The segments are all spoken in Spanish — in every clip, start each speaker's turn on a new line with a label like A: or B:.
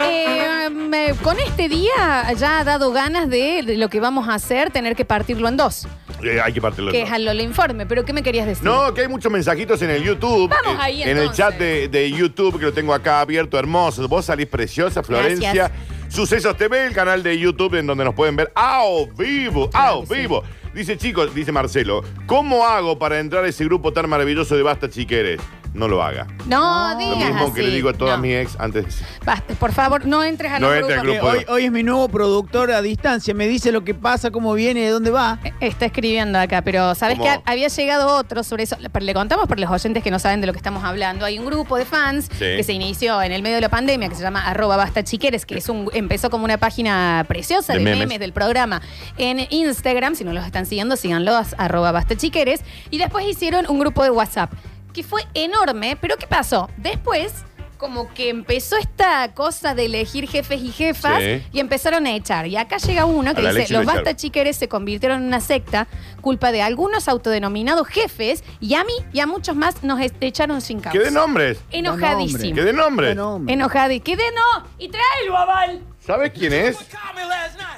A: eh, Con este día ya ha dado ganas de de lo que vamos a hacer, tener que partirlo en dos,
B: Eh, hay que partirlo. en
A: que
B: dos.
A: es al Lola Informe. Pero ¿qué me querías decir?
B: No, que hay muchos mensajitos en el YouTube.
A: Vamos
B: eh,
A: ahí,
B: En el
A: entonces.
B: chat de, de YouTube que lo tengo acá abierto, hermoso. Vos salís preciosa, Florencia. Sucesos TV, el canal de YouTube en donde nos pueden ver ¡Ao vivo! ¡Ao
A: que sí.
B: vivo! Dice, chicos, dice Marcelo, ¿cómo hago para entrar a ese grupo tan maravilloso de Basta Chiqueres? No lo haga.
A: No,
B: Lo
A: digas
B: mismo que
A: así.
B: le digo a todas
A: No.
B: mis ex antes.
A: Basta, por favor, no entres a
B: No
A: los
B: entres al
A: grupos.
B: grupo.
C: Que Eh, hoy, hoy es mi nuevo productor a distancia. Me dice lo que pasa, cómo viene, de dónde va.
A: Está escribiendo acá, pero ¿sabes
B: ¿Cómo?
A: que Había llegado otro sobre eso. Pero Le contamos por los oyentes que no saben de lo que estamos hablando. Hay un grupo de fans que se inició en el medio de la pandemia que se llama arroba basta chiqueres, que es un, empezó como una página preciosa
B: De
A: de,
B: memes.
A: memes. del programa en Instagram. Si no los están siguiendo, síganlos, arroba basta chiqueres. Y después hicieron un grupo de WhatsApp que fue enorme, pero ¿qué pasó? Después. Como que empezó esta cosa de elegir jefes y jefas
B: Sí.
A: y empezaron a echar. Y acá llega uno
B: A
A: que
B: la
A: dice,
B: elección
A: los
B: lo echaron".
A: basta chiqueres se convirtieron en una secta, culpa de algunos autodenominados jefes, y a mí y a muchos más nos est- echaron sin causa.
B: ¿Qué de nombres?
A: Enojadísimo.
B: ¿Qué de nombres?
C: Bueno, hombre. Ah,
A: Enojada y que de no, y tráelo, aval.
B: ¿Sabes quién es?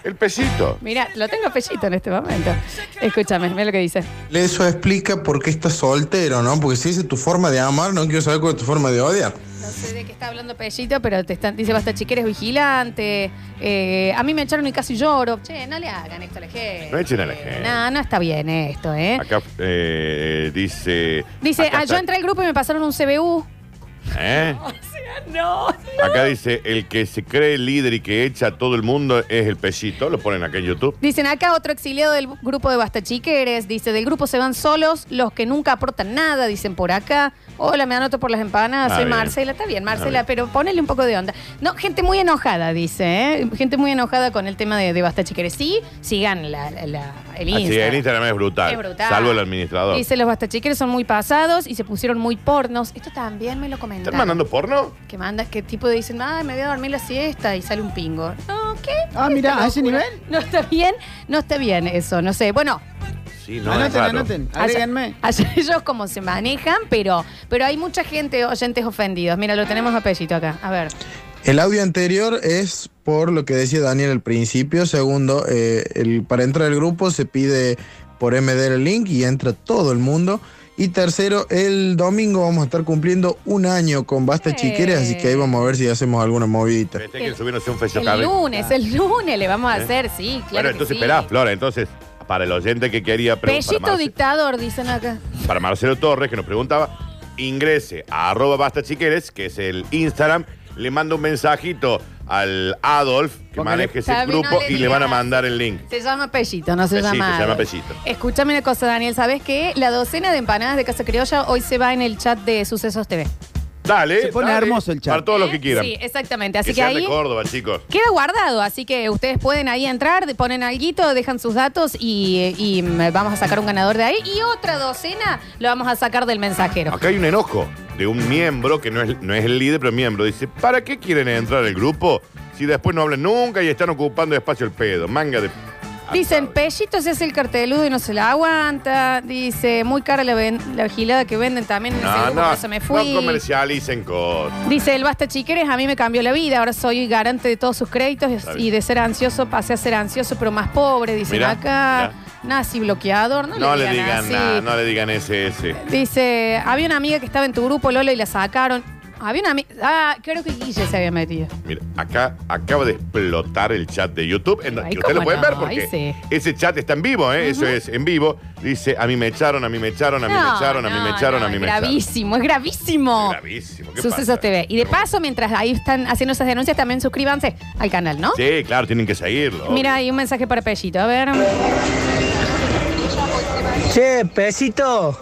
B: El pesito.
A: Mira, lo tengo pellito en este momento. Escúchame, mira lo que dice.
D: Eso explica por qué estás soltero, ¿no? Porque si esa es tu forma de amar, no quiero saber cuál es tu forma de odiar.
A: No sé de qué está hablando Pellito, pero te están, dice basta chiqueres vigilante. eh, a mí me echaron y casi lloro. Che, no le hagan esto a la gente.
B: No echen a la gente.
A: No, no está bien esto, ¿eh?
B: Acá eh, dice.
A: Dice,
B: acá
A: ah, yo
B: está-
A: entré al grupo y me pasaron un CBU.
B: ¿Eh?
A: O sea, no.
B: Acá dice, el que se cree líder y que echa a todo el mundo es el pesito. Lo ponen acá en YouTube.
A: Dicen acá otro exiliado del grupo de Basta Chiqueres. Dice, del grupo se van solos los que nunca aportan nada, dicen por acá. Hola, me anoto por las empanadas,
B: Ah,
A: soy
B: bien.
A: Marcela. Está bien, Marcela,
B: Ah, bien.
A: pero ponele un poco de onda. No, gente muy enojada, dice, ¿eh? Gente muy enojada con el tema de, de Basta Chiqueres. Sí, sigan la, la- el
B: Así que
A: Instagram.
B: el Instagram es brutal.
A: Es brutal.
B: Salvo el administrador.
A: Dice, los Basta Chiqueres son muy pasados y se pusieron muy pornos. Esto también me lo comentan.
B: ¿Están mandando porno?
A: Que manda, que tipo de dicen, ah, me voy a dormir la siesta y sale un pingo. No, ¿qué?
C: Ah, mira, a ese
A: locura.
C: nivel.
A: No está bien, no está bien eso, no sé. Bueno,
B: Sí, no, es
C: anoten,
B: raro.
C: anoten.
A: allá-
C: Agréguenme.
A: allá ellos como se manejan, pero, pero hay mucha gente, oyentes ofendidos. Mira, lo tenemos a Pellito acá. A ver.
D: El audio anterior es por lo que decía Daniel al principio. Segundo, eh, el- para entrar al grupo se pide por MD el link y entra todo el mundo. Y tercero, el domingo vamos a estar cumpliendo un año con Basta
A: Eh.
D: Chiqueres, así que ahí vamos a ver si hacemos alguna movidita.
B: Viste que subieron un fecho
A: El
B: cabe.
A: lunes, el lunes le vamos a hacer, sí, claro.
B: Bueno,
A: que
B: entonces
A: sí.
B: esperá, Flora. Entonces, para el oyente que quería preguntar.
A: Pellito
B: Para, ¿eh? Marce-
A: dictador, dicen acá.
B: para Marcelo Torres, que nos preguntaba, ingrese a arroba basta chiqueres, que es el Instagram. Le manda un mensajito al Adolf, que
C: Póngale-
B: maneje ese
A: Sabe, no
B: grupo,
A: le
B: y le van a
A: digas.
B: mandar el link.
A: Se llama Pellito, no se
B: Pellito,
A: llama.
B: se llama
A: Adolf.
B: Pellito.
A: Escúchame una cosa, Daniel. ¿Sabes qué? La docena de empanadas de Casa Criolla hoy se va en el chat de Sucesos TV.
B: Dale.
C: Se pone
B: dale,
C: hermoso el chat.
B: Para todos los que
A: ¿Eh?
B: quieran.
A: Sí, exactamente. Así que,
B: sean
A: ahí.
B: de Córdoba, chicos.
A: Queda guardado, así que ustedes pueden ahí entrar, de- ponen alguito, dejan sus datos y, y, mm, vamos a sacar un ganador de ahí. Y otra docena lo vamos a sacar del mensajero.
B: Acá hay un enojo de un miembro que no es, no es el líder, pero miembro. Dice, ¿para qué quieren entrar al grupo si después no hablan nunca y están ocupando espacio el pedo? Manga de...
A: Dicen, Pellito se hace el carteludo y no se la aguanta. Dice, muy cara la, ven- la vigilada que venden también en ese
B: Ah,
A: grupo,
B: No, no,
A: por eso me fui.
B: no comercialicen cosas.
A: Dice, el basta chiqueres, a mí me cambió la vida. Ahora soy garante de todos sus créditos
B: Está bien.
A: y de ser ansioso pasé a ser ansioso, pero más pobre. Dicen
B: Mirá,
A: acá, nazi bloqueador. No,
B: No, le digan
A: así.
B: nada, no le digan ese, ese.
A: Dice, había una amiga que estaba en tu grupo, Lola, y la sacaron. Había una amiga. Ah, creo que Guille se había metido.
B: Mira, acá acaba de explotar el chat de YouTube. En,
A: Ay,
B: que ustedes lo
A: cómo
B: pueden
A: no,
B: ver porque
A: ahí
B: ese chat está en vivo, ¿eh? Eso es en vivo. Dice, a mí me echaron, a mí me echaron, a mí me echaron, a mí me
A: no,
B: echaron, a
A: no,
B: mí
A: es
B: me echaron.
A: gravísimo, es gravísimo.
B: Gravísimo. ¿qué
A: Sucesos
B: pasa?
A: TV. Y de paso, mientras ahí están haciendo esas denuncias, también suscríbanse al canal, ¿no?
B: Sí, claro, tienen que seguirlo.
A: Mira, hay un mensaje para Pellito. A ver.
E: Che, pesito,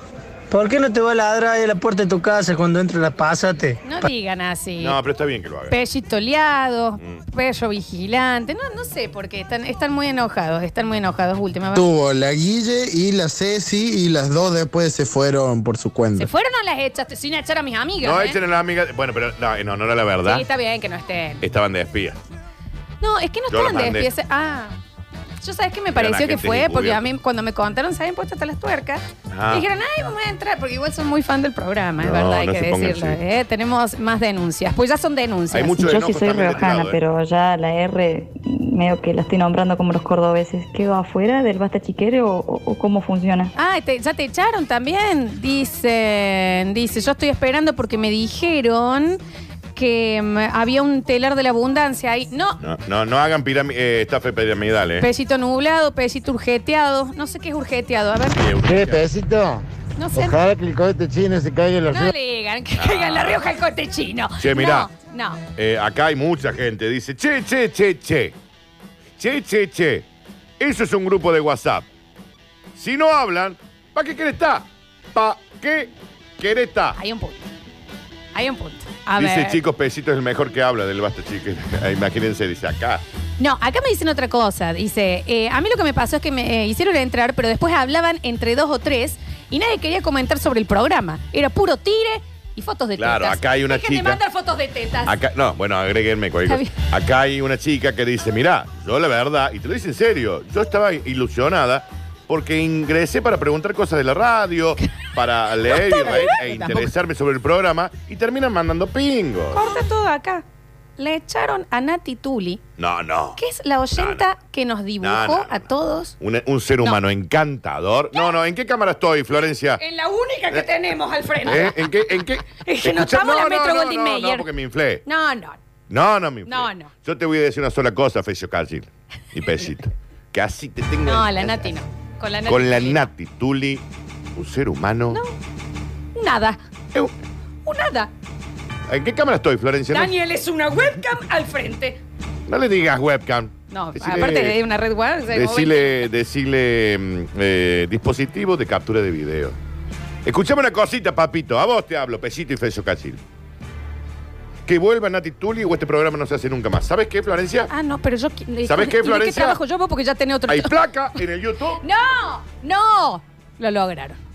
E: ¿por qué no te va a ladrar ahí a la puerta de tu casa cuando entre la pásate?
A: No digan así.
B: No, pero Mm. está bien que lo hagan.
A: Pellito liado, pello vigilante. No, no sé por qué. Están, están muy enojados, están muy enojados. Última vez.
D: Tuvo la Guille y la Ceci y las dos después se fueron por su cuenta.
A: ¿Se fueron o las echaste sin echar a mis amigas?
B: No
A: eh?
B: echen a la amiga. Bueno, pero no, en honor a la verdad,
A: Sí, está bien que no estén.
B: estaban de espía.
A: No, es que no
B: Yo los
A: estaban de
B: mandé.
A: despiece- Ah. Yo sabes que me
B: Era la
A: pareció que
B: gente
A: fue, porque
B: encubierta.
A: a mí cuando me contaron se habían puesto hasta las tuercas,
B: Ah.
A: y dijeron, ay, vamos a entrar, porque igual son muy fan del programa, es
B: No,
A: verdad, hay
B: no
A: que
B: se pongan
A: decirlo.
B: así.
A: ¿eh? Tenemos más denuncias, pues ya son denuncias.
B: Hay mucho
F: Yo
B: enojo
F: sí soy
B: también de este
F: riojana,
B: lado, ¿eh?
F: pero ya la R medio que la estoy nombrando como los cordobeses. ¿Quedo afuera del basta chiquero o, o- o cómo funciona?
A: Ah, te- ya te echaron también. Dicen, dice, yo estoy esperando porque me dijeron que mm, había un telar de la abundancia ahí. No,
B: No, no, no hagan pirami eh, estafa piramidal, ¿eh?
A: pesito nublado, pesito urgeteado. No sé qué es urgeteado. A ver,
B: Sí, es
G: Che,
B: urgencia.
G: pedacito.
A: no sé. No
G: Ojalá que el cohete chino se caiga en la
A: le digan que caiga en la Rioja el corte chino.
B: Che, mirá.
A: No, no.
B: Eh, acá hay mucha gente. Dice, che, che, che, che. Che, che, che. Eso es un grupo de WhatsApp. Si no hablan, ¿para qué querés estar? ¿Para qué querés estar?
A: Hay un punto. Hay un punto. A
B: dice,
A: ver.
B: chicos, Pesito es el mejor que habla del Basta Chiquero. Imagínense, dice acá.
A: No, acá me dicen otra cosa. Dice, eh, a mí lo que me pasó es que me eh, hicieron entrar, pero después hablaban entre dos o tres y nadie quería comentar sobre el programa. Era puro tire y fotos de
B: Claro,
A: tetas.
B: acá hay una
A: Dejen
B: chica-
A: de mandar fotos de tetas.
B: Acá, no, bueno, agréguenme cualquier
A: Está
B: cosa. Acá hay una chica que dice, mirá, yo la verdad, y te lo dice en serio, yo estaba ilusionada porque ingresé para preguntar cosas de la radio, para leer y reír e interesarme sobre el programa, y terminan mandando pingos.
A: Corta todo acá. Le echaron a Nati Tuli,
B: No, no.
A: que es la oyenta que nos dibujó
B: No, no, no,
A: a
B: no.
A: todos.
B: Un, un ser humano encantador. No, no, ¿en qué cámara estoy, Florencia?
A: En la única que tenemos al freno.
B: ¿Eh? ¿En qué? ¿En qué?
A: Eh, Es que no
B: Escuchá-
A: estamos en la Metro
B: no,
A: Goldwyn
B: no,
A: Mayer.
B: No, porque me inflé.
A: No, no.
B: No, no me inflé.
A: No, no.
B: Yo te voy a decir una sola cosa, Fecio Cargill y Pesito. que así te tengo...
A: No, la Nati no. Con la Nati.
B: Con la
A: Tuli.
B: Nati Tuli, un ser humano.
A: Nada.
B: Eh, un-
A: Un Nada.
B: ¿En qué cámara estoy, Florencia? No-
A: Daniel es una webcam al frente.
B: No le digas webcam.
A: No,
B: Decile-
A: aparte de una red web.
B: Decile, decile mm, eh, dispositivo de captura de video. Escuchame una cosita, papito. A vos te hablo, Pesito y Fecio Cachil. Que vuelva Nati Tuli o este programa no se hace nunca más. ¿Sabes qué, Florencia?
A: Ah, no, pero yo. qui-
B: ¿Sabes qué,
A: ¿Y de
B: Florencia?
A: trabajo yo vos? Porque ya tenía otro.
B: Hay placa en el YouTube.
A: ¡No! ¡No! Lo lograron.